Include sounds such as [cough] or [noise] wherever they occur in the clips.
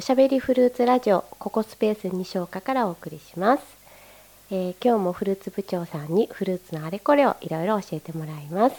しゃべりフルーツラジオここスペース西岡からお送りします、えー今日もフルーツ部長さんにフルーツのあれこれをいろいろ教えてもらいます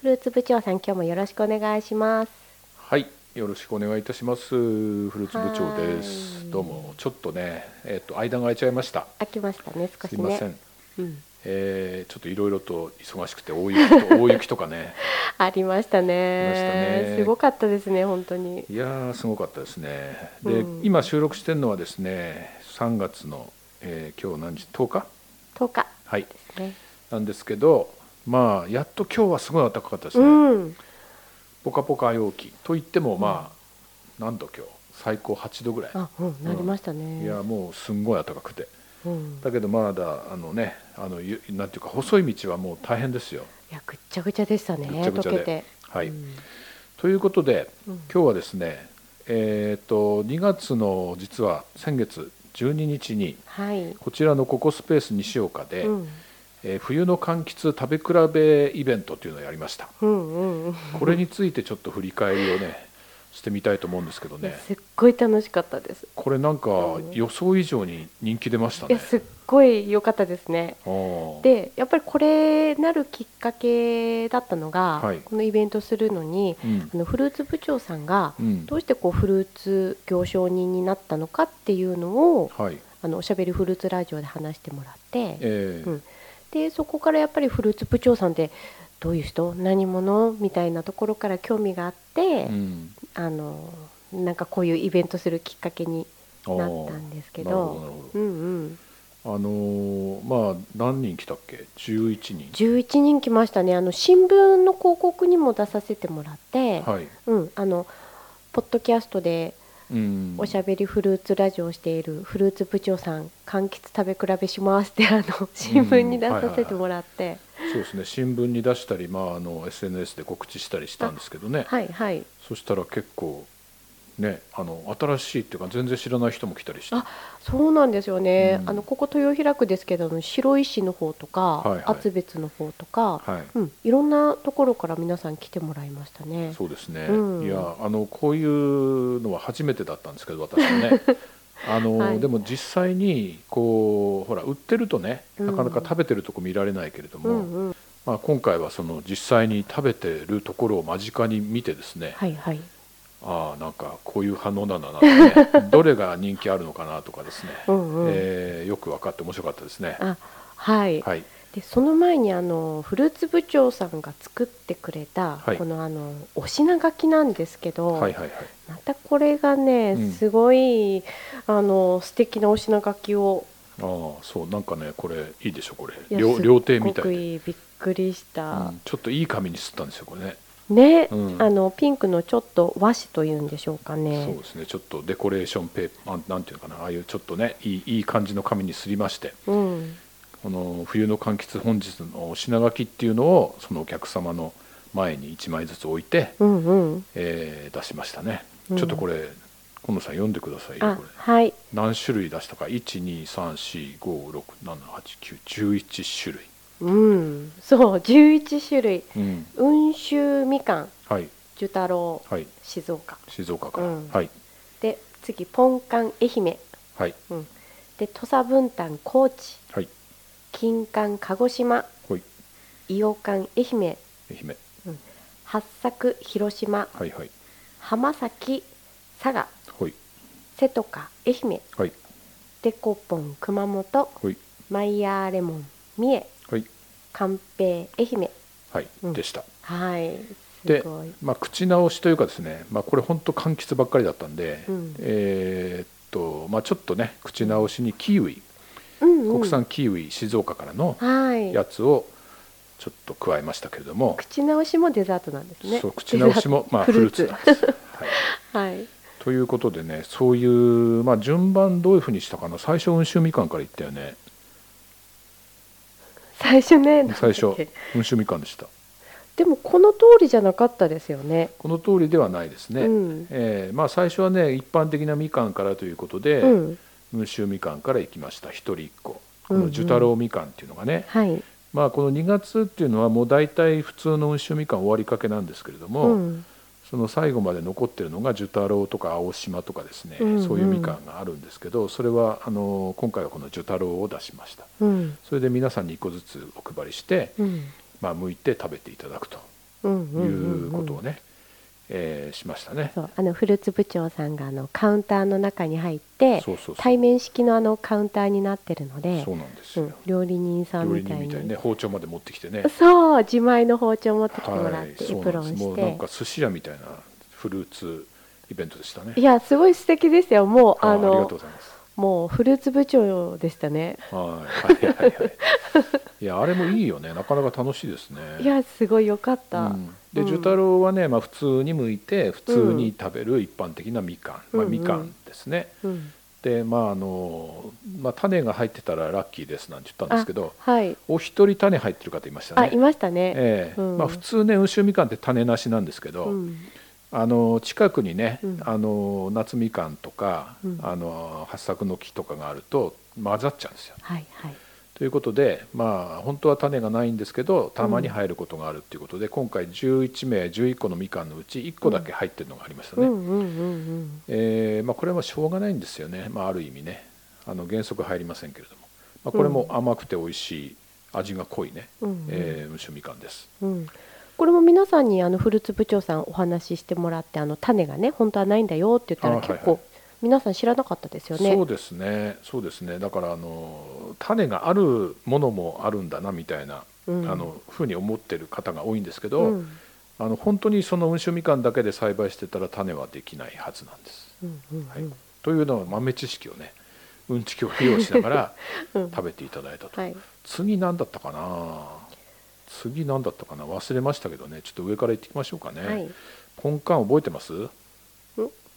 フルーツ部長さん今日もよろしくお願いしますはい、よろしくお願いいたします。フルーツ部長ですはーい。どうも、ちょっとね、えっ、と、間が空いちゃいました。飽きましたね少すしいまねせん。うん、えーちょっといろいろと忙しくて、大雪 [laughs] と、大雪とかね。ありましたねありましたねすごかったですね本当にいやー、すごかったですね。で、うん今収録してるのはですね、3月の、えー今日何日、10日。 10日はい、ですねなんですけど、まあ、やっと今日はすごい暖かかったですね。うんポカポカ陽気といっても、まあ、何度今日、最高8度ぐらい。あ、うん、なりましたね、いや、もう、すんごい暖かくて。うん、だけどまだあのねあのゆなんていうか細い道はもう大変ですよ。いやぐっちゃぐちゃでしたねぐっちゃぐちゃで溶けてはいうんということでうん今日はですね、えー、と2月の実は先月12日にはい、こちらのココスペース西岡で、うんえー冬の柑橘食べ比べイベントというのをやりました。うんうんうんこれについてちょっと振り返りをねしてみたいと思うんですけどいやね [laughs] すっごい楽しかったです。これなんかうん予想以上に人気出ましたいねや。すっごい良かったですね。あーでやっぱりこれなるきっかけだったのが、はいこのイベントするのにうんあのフルーツ部長さんがうんどうしてこうフルーツ行商人になったのかっていうのをはいあのおしゃべりフルーツラジオで話してもらって、えーうん、でそこからやっぱりフルーツ部長さんってどういう人何者みたいなところから興味があって、うんあのなんかこういうイベントするきっかけにあーなったんですけどなるほどなるほうどんうん、あのーまあ何人来たっけ11人11人来ましたねあの新聞の広告にも出させてもらって、はい、うん、あのポッドキャストでうんおしゃべりフルーツラジオをしているフルーツ部長さん柑橘食べ比べしますってあの新聞に出させてもらって、そうですね新聞に出したり、まあ、あの SNS で告知したりしたんですけどね、はいはいそしたら結構ねあの新しいっていうか全然知らない人も来たりしてあそうなんですよね、うんあのここ豊平区ですけどあの白石の方とか、はいはい厚別の方とか、はい、うん、いろんなところから皆さん来てもらいましたね。そうですね、うんいやあのこういうのは初めてだったんですけど私も [laughs] ねあの、はいでも実際にこうほら売ってるとねなかなかうん食べてるとこ見られないけれども、うんうん、まあ、今回はその実際に食べてるところを間近に見てですね、はいはい。ああなんかこういう反応なんだなって [laughs] ねどれが人気あるのかなとかですね、うんうん。えーよく分かって面白かったですね。あ、はい。はい、でその前にあのフルーツ部長さんが作ってくれた、はいこのあのお品書きなんですけど、はいはいはいまたこれがね、うんすごいあの素敵なお品書きをああそうなんかねこれいいでしょこれいや料すっ料亭みたごいくで、いいびっくりしうた。んちょっといい紙にすったんですよこれね、ね、うんあのピンクのちょっと和紙というんでしょうかそうね。ですねちょっとデコレーションペーパーあなんていうのかなああいうちょっとねいいいい感じの紙にすりましてうん。この冬の柑橘本日のお品書きっていうのをそのお客様の前に1枚ずつ置いて、うんうん。えー出しましたね、うんちょっとこれ今野さん読んでくださいよあこれ、はい。何種類出したか12345678911種類うん、そう11種類うん温州みかんはい寿太郎はい静岡静岡から、うんはいで次ポンカン愛媛、はいうん、で土佐文旦高知はい金柑鹿児島ほい伊予柑愛媛愛媛八作広島はいはい浜崎佐賀ほい瀬戸か愛媛はいデコポン熊本ほいマイヤーレモン三重はい寛平愛媛はい、うんでしたはいすでごい、まあ、口直しというかですね、まあ、これ本当柑橘ばっかりだったんで、うんえーっとまあ、ちょっとね口直しにキウイうんうん、国産キウイ静岡からのはいやつをちょっと加えましたけれども、口直しもデザートなんですね。そう口直しも、まあ、フルーツフルなーん [laughs] です。はい、ツはい。ということでねそういう、まあ、順番どういうふうにしたかな最初温州みかんからいったよね最初ね。なんだっけ最初温州みかんでしたでもこの通りじゃなかったですよね。この通りではないですね、うん。えーまあ、最初はね一般的なみかんからということで、うん。温州みかんからいきました一人一個こうんうのん寿太郎みかんっていうのがね、はい。まあこの2月っていうのはもう大体普通の温州みかん終わりかけなんですけれどうも、ん。その最後まで残ってるのが寿太郎とか青島とかですね、うんうんそういうみかんがあるんですけどそれはあの今回はこの寿太郎を出しましたうんそれで皆さんに1個ずつお配りして、うんまあ、剥いて食べていただくとうんいうんうんううこんとをね、えーしましたね。そうあのフルーツ部長さんがあのカウンターの中に入ってそうそうそう対面式のあのカウンターになってるのでそうなんですよ、うん料理人さん料理みた人いみたいににね包丁まで持ってきてねそう自前の包丁持ってきてもらっはいて、エそうプなロんンですしもうてなんか寿司屋みたいなフルーツイベントでしたねいやすごい素敵ですよもうあーあありがのとうございますもうフルーツ部長でしたねはいはいはいはいいやあれもいいよねなかなか楽しいですねいやすごい良かった、うんでうん寿太郎はね、まあ、普通に剥いて普通に食べる一般的なみかん、うまあ、んうんみかんですね、うんでまああの、まあ、種が入ってたらラッキーですなんて言ったんですけどはい、お一人種入ってる方いましたあねいましたね、ええうんまあ、普通ね温州みかんって種なしなんですけど、うんあの近くにね、うんあの夏みかんとか、うんあの八作の木とかがあると混ざっちゃうんですよ。はいはいということでまあ本当は種がないんですけどたまに入ることがあるっていうことで、今回11名11個のみかんのうち1個だけ入ってるのがありましたうね。んうんうんうんえーまあ、これはしょうがないんですよね、まあ、ある意味ねあの原則入りませんけれども、まあ、これも甘くて美味しい味が濃いね、うんうんえー温州みかんです。うん、これも皆さんにあのフルーツ部長さんお話ししてもらってあの種がね本当はないんだよって言ったらあはいはい結構皆さん知らなかったですよね。そうですね、そうですね。だからあの種があるものもあるんだなみたいな、うんあのふうに思ってる方が多いんですけど、うんあの本当にその温州みかんだけで栽培してたら種はできないはずなんです。うんうんはい。うんというのは豆知識をね、うんちきを利用しながら [laughs] うん食べていただいたと。はい次何だったかな。次何だったかな忘れましたけどね。ちょっと上から行ってきましょうかね。はいポンカン覚えてます？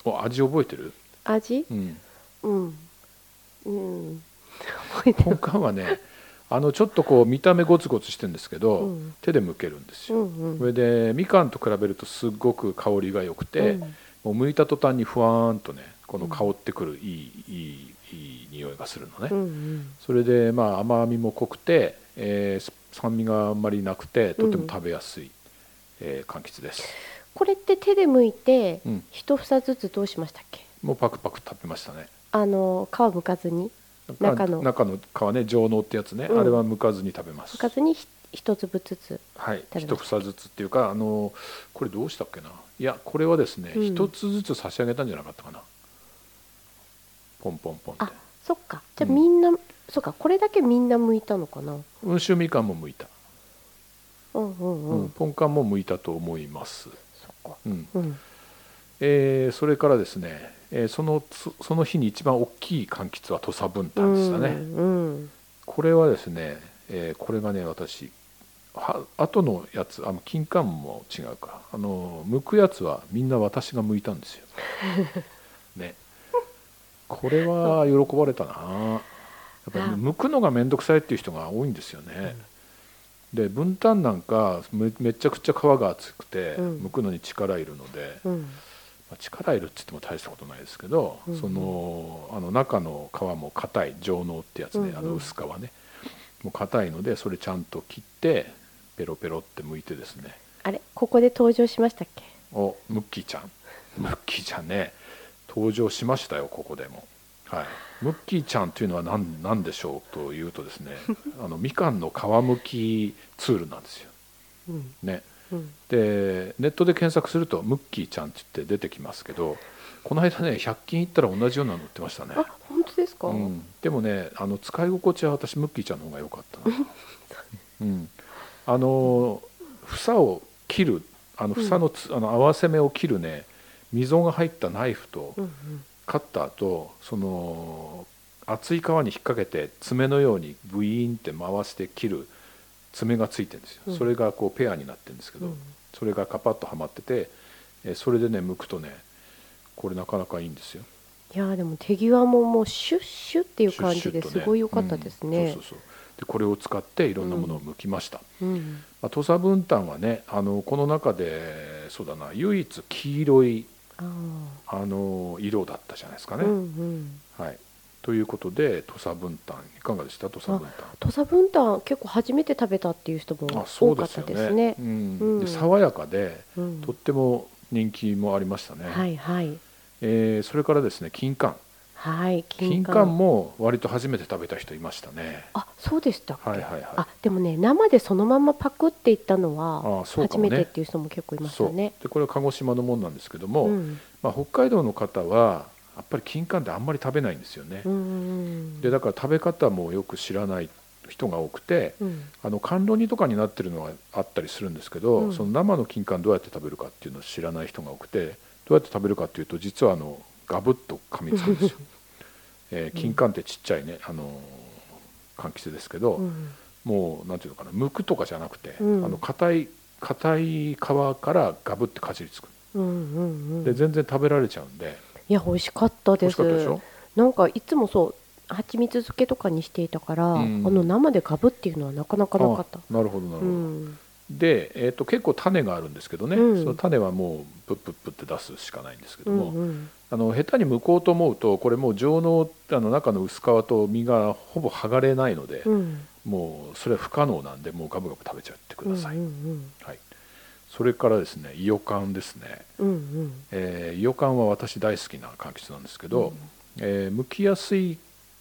お味覚えてる？味うん。うんうん覚えてポンカンはねあのちょっとこう見た目ゴツゴツしてるんですけど、うん手で剥けるんですうよ、んそうれでみかんと比べるとすっごく香りが良くて、うんもう剥いた途端にふわーんとねこの香ってくるいい、いいいい匂いがするのね、んうんそれでまあ甘みも濃くて、えー酸味があんまりなくてとても食べやすい、えー柑橘ですこれって手で剥いてうん一房ずつどうしましたっけもうパクパク食べましたねあの皮むかずに中の中の皮ね上納ってやつね、うんあれは剥かずに食べますむかずにひ一粒ずつはい、食べま一し房ずつっていうかあのこれどうしたっけないやこれはですねうん一、つずつ差し上げたんじゃなかったかなポンポンポンっあてそっかじゃあうんみんな、そっかこれだけみんな剥いたのかな温州みかんも剥いた、うんうんううんん、ポンカンも剥いたと思います、そっかうんうんえーそれからですね、えーそのつその日に一番大きい柑橘は土佐分う担でしたね、んこれはですね、えーこれがね私は後のやつあの金柑も違うかあの剥くやつはみんな私が剥いたんです [laughs] よ。ねこれは喜ばれたなやっぱりねあ剥くのが面倒くさいっていう人が多いんですよね。で分担なんかめめちゃくちゃ皮が厚くて、うん剥くのに力いるので、うんうんまあ力いるって言っても大したことないですけど、うんそのあの中の皮も硬い上納ってやつね、うんうんあの薄皮ねもう硬いのでそれちゃんと切ってペロペロって剥いてですねあれここで登場しましたっけおムッキーちゃんムッキーちゃんね登場しましたよここでも。はい、ムッキーちゃんというのは何何でしょうというとで [laughs] すねあのみかんの皮むきツールなんですよ。うんね、うんでネットで検索すると「ムッキーちゃん」って言って出てきますけどこの間ね100均行ったら同じようなの売ってましたねあ、本当ですか、うん、でもねあの使い心地は私ムッキーちゃんの方が良かったな、うん、あの房を切るあの房のつ、あの合わせ目を切るね溝が入ったナイフとうんうんカッターとその厚い皮に引っ掛けて爪のようにブイーンって回して切る爪がついてるんですよ、うんそれがこうペアになってるんですけど、うんそれがカパッとはまっててえーそれでね剥くとねこれなかなかいいんですよいやーでも手際ももうシュッシュっていう感じシュッシュでッすとごい良かったですうんねそうそうそうでこれを使っていろんなものを剥きました、うんまあ、土佐分担はねあのこの中でそうだな唯一黄色いあーあの色だったじゃないですかね、うんうんはい、ということで土佐分担いかがでした土佐分担土佐分担結構初めて食べたっていう人もあそ多うかでったすよでねすねうんうんで爽やかでうんとっても人気もありましたね、はいはいえーそれからですね金柑はい金金柑柑も割と初めて食べた人いましたねあそうでしたっけ、はいはいはいあでもね生でそのままパクっていったのはあそうか初もねめてっていう人も結構いましたそうねでこれは鹿児島のもんなんですけども、うんまあ、北海道の方はやっぱり金柑ってあんまり食べないんですよね、うんうんでだから食べ方もよく知らない人が多くてうんあの甘露煮とかになってるのがあったりするんですけど、うんその生の金柑どうやって食べるかっていうのを知らない人が多くてどうやって食べるかっていうと実はあのガブッと噛みつくんですよ。えー金柑ってちっちゃいねあのー柑橘ですけど、うんもうなんていうのかな剥くとかじゃなくて、うんあの硬い硬い皮からガブってかじりつくうんうんうでん全然食べられちゃうんでいや美味しかった美で味しすかったでしょなんかいつもそう蜂蜜漬けとかにしていたから、うんあの生でガブっていうのはなかなかなかったあなるほどなるうほど、んで、えー、と結構種があるんですけどね、うんその種はもうプップップって出すしかないんですけどうんも、うんあの下手に剥こうと思うとこれもう上のあの中の薄皮と身がほぼ剥がれないので、うんもうそれは不可能なんでもうガブガブ食べちゃってくうんうだんさい、はい、それからですねイオカンですね、うんうんえー、イオカンは私大好きな柑橘なんですけうどん、えー剥きやすいっ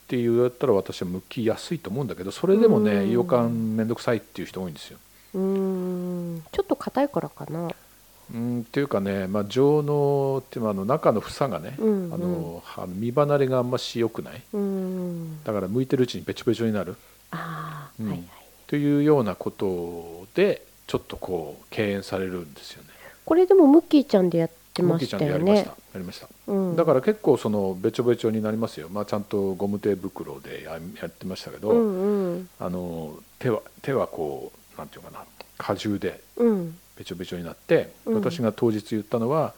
て言ったら私は剥きやすいと思うんだけどそれでもね、うんイオカンめんどくさいっていう人多いんですようんちょっと硬いからかなうんっていうかね、まあ、上納っていうのはあの中の房がね、うんうんあのは身離れがあんまし良くないうんだから剥いてるうちにべちょべちょになるああ、うんはいはいというようなことでちょっとこう敬遠されるんですよね。これでもムッキーちゃんでやってムまッキーしちゃんたでやよりまねしたやりました、うんだから結構そのべちょべちょになりますよ、まあ、ちゃんとゴム手袋でややってましたけど、うんうんあの手は手はこうなんていうのかな果汁でうんべちょべちょになって、うん私が当日言ったのは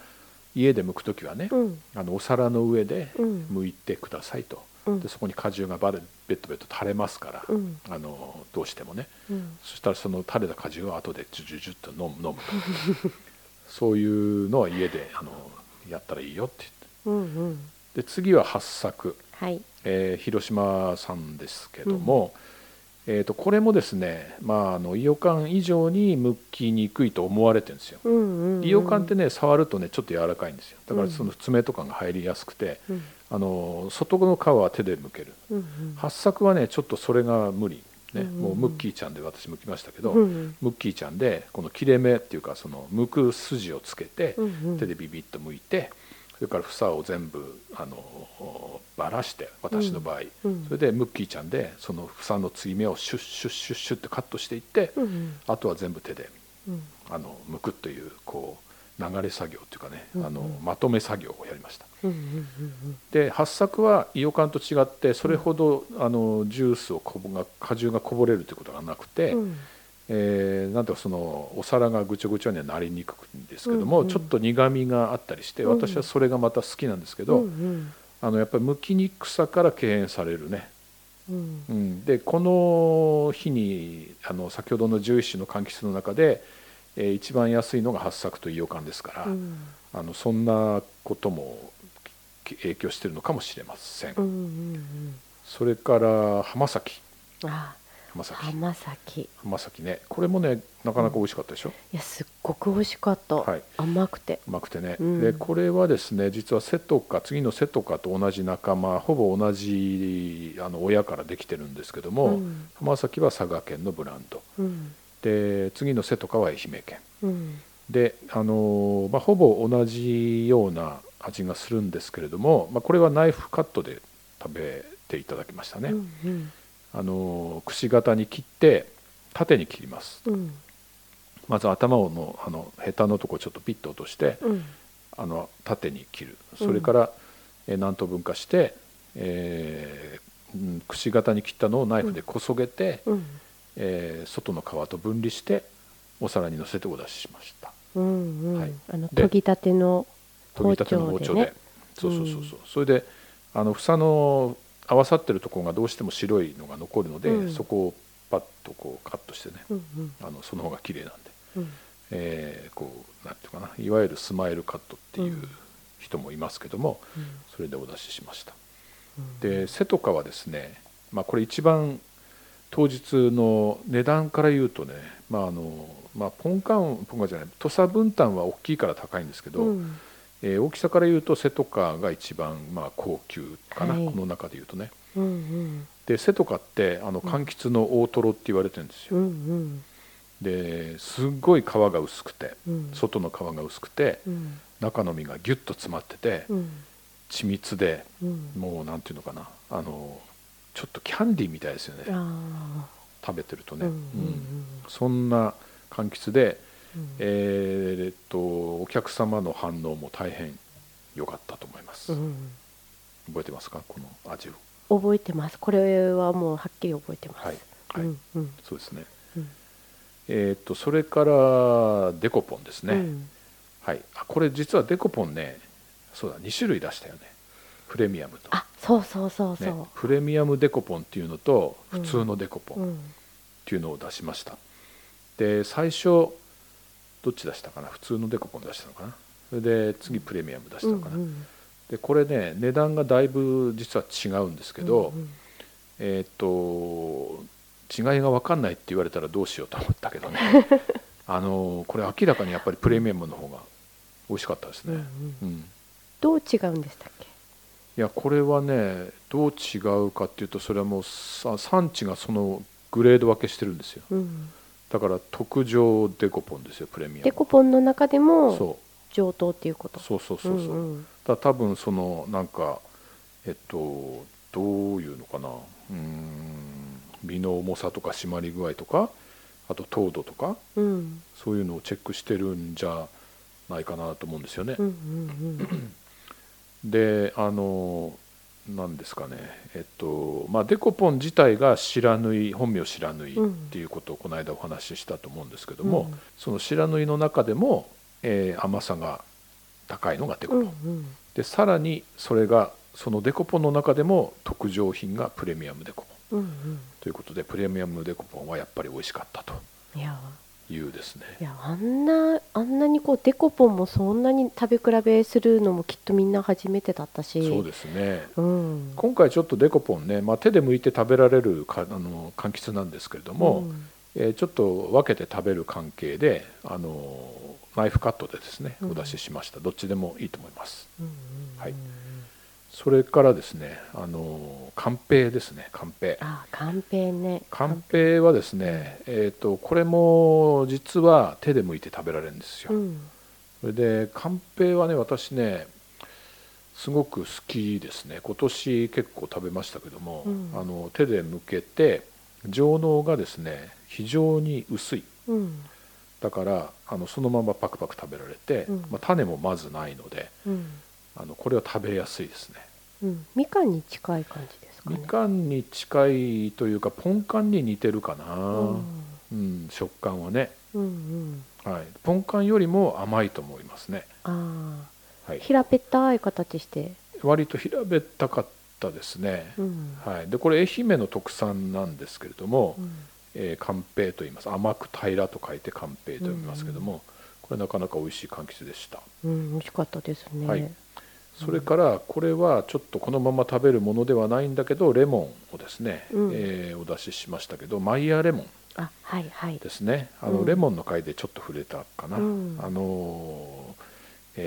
家で剥く時はね、うんあのお皿の上でうん剥いてくださいと、うんでそこに果汁がバレベッドベッド垂れますから、うんあのどうしてもねうんそしたらその垂れた果汁を後でジュジュジュッと飲む飲むとそういうのは家であのやったらいいよって言ってうんうんで次は八作、はいえー広島さんですけども、えー、とこれもですね、まあ、あのイオカン以上にむきにくいと思われてるんですよ。うんうんうんイオカンってね触るとねちょっと柔らかいんですよだかうんらその爪とかが入りやすくて、うんあの外の皮は手で剥けるうんうん八作はねちょっとそれが無理、ねうんうんうんもうムッキーちゃんで私剥きましたけど、うんムッキーちゃんでこの切れ目っていうかその剥く筋をつけて、うんうん手でビビッと剥いてそれから房を全部あのばらして私の場合、うんそれでムッキーちゃんでその房の継ぎ目をシュッシュッシュッシュッってカットしていって、うんうんあとは全部手でうんあの剥くというこう流れ作業というかね、うんうんあのまとめ作業をやりましたうんうんうんで八作はイオカンと違ってそれほどあのジュースをこぼが果汁がこぼれるということがなくて、うんえーなんていうかそのお皿がぐちょぐちょにはなりにくいんですけども、うんうんちょっと苦みがあったりしてうん私はそれがまた好きなんですけうど、んあのやっぱり剥きにくさから敬遠されるね、うんうん、でこの日にあの先ほどの11種の柑橘の中で、えー一番安いのが八作とイオカンですから、うんあのそんなこともき影響してるのかもしれません、うんうんうんそれから浜崎あ浜ー崎浜崎い浜崎ねこれもねなかなか美味しかったでしょ、やすっごく美味しかったはい甘くてうまくてね、うんでこれはですね実は瀬戸か次の瀬戸かと同じ仲間ほぼ同じあの親からできてるんですけども、うん浜崎は佐賀県のブランドうんで次の瀬戸かは愛媛県うんであのーまあ、ほぼ同じような味がするんですけれども、まあ、これはナイフカットで食べていただきましたね、うんうんあのーくし形に切って縦に切りますうんまず頭をのあのヘタのとこちょっとピッと落として、うんあの縦に切るそれから、えー何等分化して、えーうんくし形に切ったのをナイフでこそげて、うんえー外の皮と分離してお皿にのせてお出ししましたうんうんはいあので研ぎたての研包ぎたての丁包丁ででねそうそうそうそう、それであの房の合わさってるところがどうしても白いのが残るので、うんそこをパッとこうカットしてね、うんうんあのその方が綺麗なんで、うんえーこうなんていうかないわゆるスマイルカットっていううん人もいますけども、うんそれでお出ししましたうんで瀬戸かはですね、まあ、これ一番当日の値段から言うとね、まああのまあ、ポンカンポンカンじゃない土佐分担は大きいから高いんですけど、うんえー大きさから言うと瀬戸カが一番、まあ、高級かな、はいこの中で言うとねうんうんで瀬戸カってあの柑橘の大トロって言われてるんですうよ、んですっごい皮が薄くてうん外の皮が薄くてうん中の身がギュッと詰まっててうん緻密でうんもうなんていうのかなあのちょっとキャンディーみたいですよねあ食べてるとあね、うんうんうんそんな柑橘で、うんえーっとお客様の反応も大変良かったと思います、うん覚えてますかこの味を覚えてますこれはもうはっきり覚えてますはいはいうんうんそうですねうんえーっとそれからデコポンですね、うんはいあこれ実はデコポンねそうだ2種類出したよねプレミアムと、あそうそうそうねそプレミアムデコポンっていうのと普通のデコポン、ううんっていうのを出しましたで最初どっち出したかな普通のデコポン出したのかなそれで次プレミアム出したのかな、うんうんでこれね値段がだいぶ実は違うんですけど、うんうんえーっと違いが分かんないって言われたらどうしようと思った [laughs] けどねあのこれ明らかにやっぱりプレミアムの方が美味しかったですね、うんうんどう違うんでしたっけいやこれはねどう違うかっていうとそれはもうさ産地がそのグレード分けしてるんですようんだから特上デコポンですよプレミアムはデコポンの中でもそ上等っていうことうそうそうそうそう、んうんだから多分そのなんかえっとどういうのかなうーん身の重さとか締まり具合とかあと糖度とかうんそういうのをチェックしてるんじゃないかなと思うんですよね、うんうんであのなんですかねえっとまあデコポン自体が白縫い本名白縫いっていうことをこの間お話ししたと思うんですけども、うんその白縫いの中でも、えー甘さが高いのがデコうポんン、うんでさらにそれがそのデコポンの中でも特上品がプレミアムデコポンうんうんということでプレミアムデコポンはやっぱり美味しかったといやいうですねいやあんなあんなにこうデコポンもそんなに食べ比べするのもきっとみんな初めてだったしそうですねうん今回ちょっとデコポンね、まあ、手で剥いて食べられるかあの柑橘なんですけれども、うんえーちょっと分けて食べる関係であのナイフカットでですねうんお出ししました、どっちでもいいと思いますうんうんうんはいそれからですねあのカンペですねカンペあカンペねカンペはですね、えー、とこれも実は手で剥いて食べられるんですよ、うんそれでカンペはね私ねすごく好きですね今年結構食べましたけども、うんあの手で剥けて上脳がですね非常に薄いうんだからあのそのままパクパク食べられて、うんまあ、種もまずないのでうんあのこれは食べやすいですねうんみかんに近い感じですかみねかんに近いというかポンカンに似てるかな、うんうん、食感はねうんうんはい、ポンカンよりも甘いと思いますね、ああはい、平べったい形して割と平べったかったですね、うんはい、でこれ愛媛の特産なんですけれどもう、んえー、寛平と言います甘く平と書いて寛平と読みますけども、これなかなか美味しい柑橘でしたうん美味しかったですねはいそれからこれはちょっとこのまま食べるものではないんだけどレモンをですね、うんえーお出ししましたけどマイヤーレモンあはいはいですねあの、うんレモンの回でちょっと触れたかな、うんあのー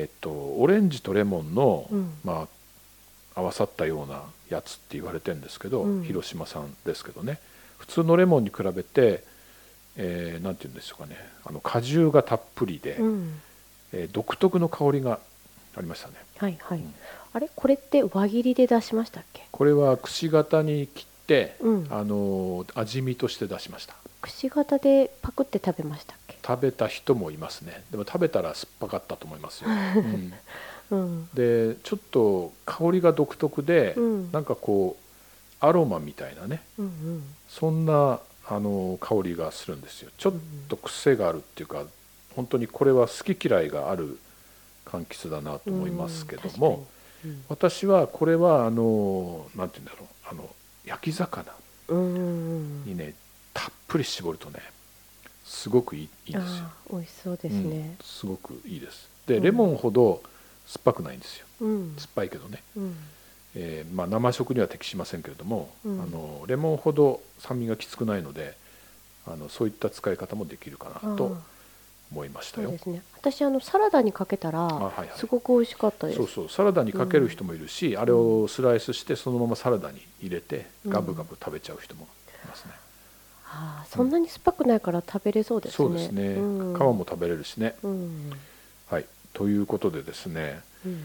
えっ、とオレンジとレモンの、うんまあ合わさったようなやつって言われてるんですけど、うん広島産ですけどね普通のレモンに比べて何、えーなんて言うんでしょうかねあの果汁がたっぷりで、うんえー独特の香りがありましたねはいはい、うんあれこれって輪切りで出しましたっけこれはくし形に切って、うんあのー味見として出しました串型でパクって食べましたっけ食べた人もいますねでも食べたら酸っぱかったと思いますよ、うんうんでちょっと香りが独特で、うんなんかこうアロマみたいなねうんうんそんなあの香りがするんですよちょっと癖があるっていうか本当にこれは好き嫌いがある柑橘だなと思いますけども、うん私はこれはあのなんて言うんだろうあの焼き確魚かにうんうんうんにねたっぷり絞るとねすごくいいいいんですよあー美味しそうですねうん、すごくいいですでうんレモンほど酸っぱくないんですようん酸っぱいけどねうんえーまあ、生食には適しませんけれども、うんあのレモンほど酸味がきつくないのであのそういった使い方もできるかなうとん思いましそたうよ。ですね私あのサラダにかけたあらはいはいすごく美味しかったですそうそうサラダにかける人もいるし、あれをスライスしてそのままサラダに入れてうんガブガブ食べちゃう人もいますね、ああそんなに酸っぱくないから食べれそうですねそうですね、うん皮も食べれるしねうんはいということでですねうん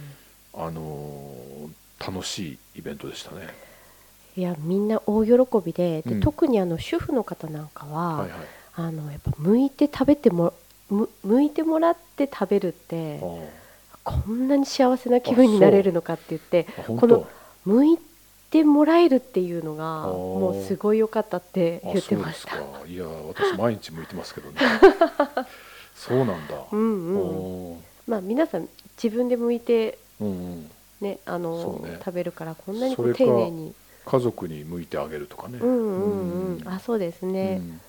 あのー楽しいイベントでしたねいやみんな大喜びでで、うん特にあの主婦の方なんかは、はいはいあのやっぱ剥いて食べてもむ剥いてもらって食べるってあーこんなに幸せな気分になれるのかって言ってあ本この当剥いてもらえるっていうのあがーもうすごい良かったってあ言ってそうまでしすたかいや私毎日向いてますけど [laughs] ねそうなんだ、うんうんおーまあ皆さん自分で剥いてうんうんねあのそうね食べるからこんなにこうそれ丁か寧に家族に向いてあげるとかねうんうんううんんあそうですねうん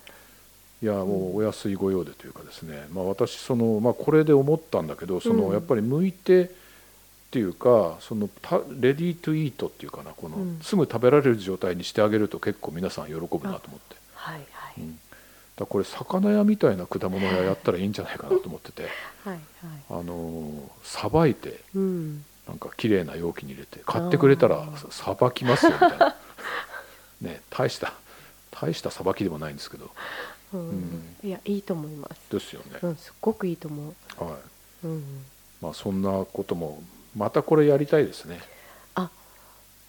いやもうお安いご用でというかですね、まあ、私その、まあ、これで思ったんだけどその、うんやっぱり向いてっていうかそのたレディートゥイートっていうかなこの、うんすぐ食べられる状態にしてあげると結構皆さん喜ぶなと思って、はいはういんだからこれ魚屋みたいな果物屋やったらいいんじゃないかなと思って [laughs] てはいはいあのーさばいてうんなんか綺麗な容器に入れて買ってくれたあらーさばきますよみた [laughs] いなね大した大したさばきでもないんですけどうんうんいやいいと思いますですよねう、んすっごくいいと思うはいうんうんまあ、そんなこともまたこれやりたいですね。あ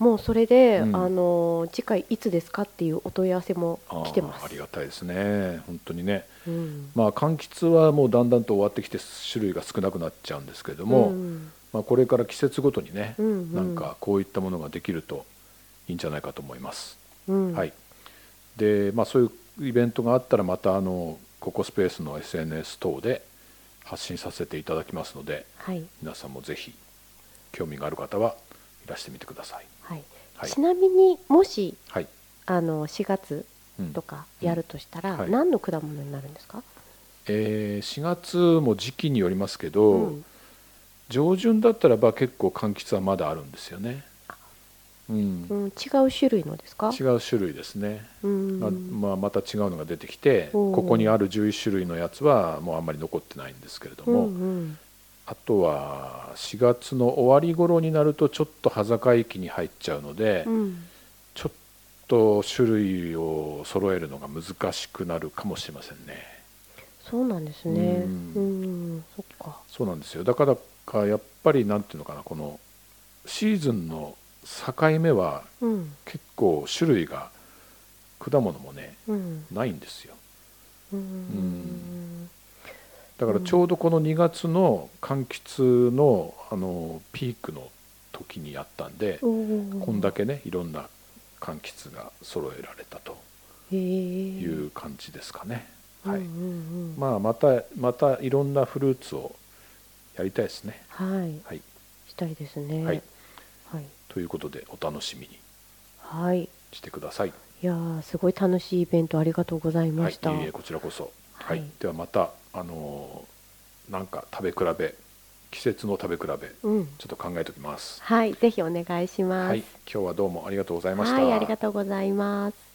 もうそれで、うんあの次回いつですかっていうお問い合わせもあー来てますありがたいですね。本当にね。うんまあ柑橘はもうだんだんと終わってきて種類が少なくなっちゃうんですけども、うんまあこれから季節ごとにね、うんうんなんかこういったものができるといいんじゃないかと思います。うんはい。で、まあそういうイベントがあったらまたあのココスペースの SNS 等で発信させていただきますので、はい皆さんもぜひ興味がある方はいらしてみてください。はいはいちなみにもしはい。あの4月うんとかやるとしたら、うんはい何の果物になるんですか、えー4月も時期によりますけど、うん上旬だったらば結構柑橘はまだあるんですよね、うんうん、違う種類のですか違う種類ですね、うんまあまあ、また違うのが出てきておーここにある11種類のやつはもうあんまり残ってないんですけれどうも、んうんあとは4月の終わり頃になるとちょっと葉境期に入っちゃうので、うんちょっと種類を揃えるのが難しくなるかもしれませんね。そうなんですねうんうん、そっかそうなんですよだからかやっぱりなんていうのかなこのシーズンの境目はうん結構種類が果物もねうんないんですようんんだからちょうどこの2月の柑橘のあのピークの時にやったんで、ここんだけねいろんな柑橘が揃えられたとけいいう感じですかね、はいうんうんうんまあ、またまたいろんなフルーツをやりたいですねはい、はい、したいですね。はい、はい、ということでお楽しみにはい、いしてくださいやーすごい楽しいイベントありがとうございました。はい、いえいえこちらこそ、はいはいではまたあのーなんか食べ比べ季節の食べ比べちょうん、っと考えておきます、はい、ぜひお願いします。はい今日はどうもありがとうございましはた、い、ありがとうございます。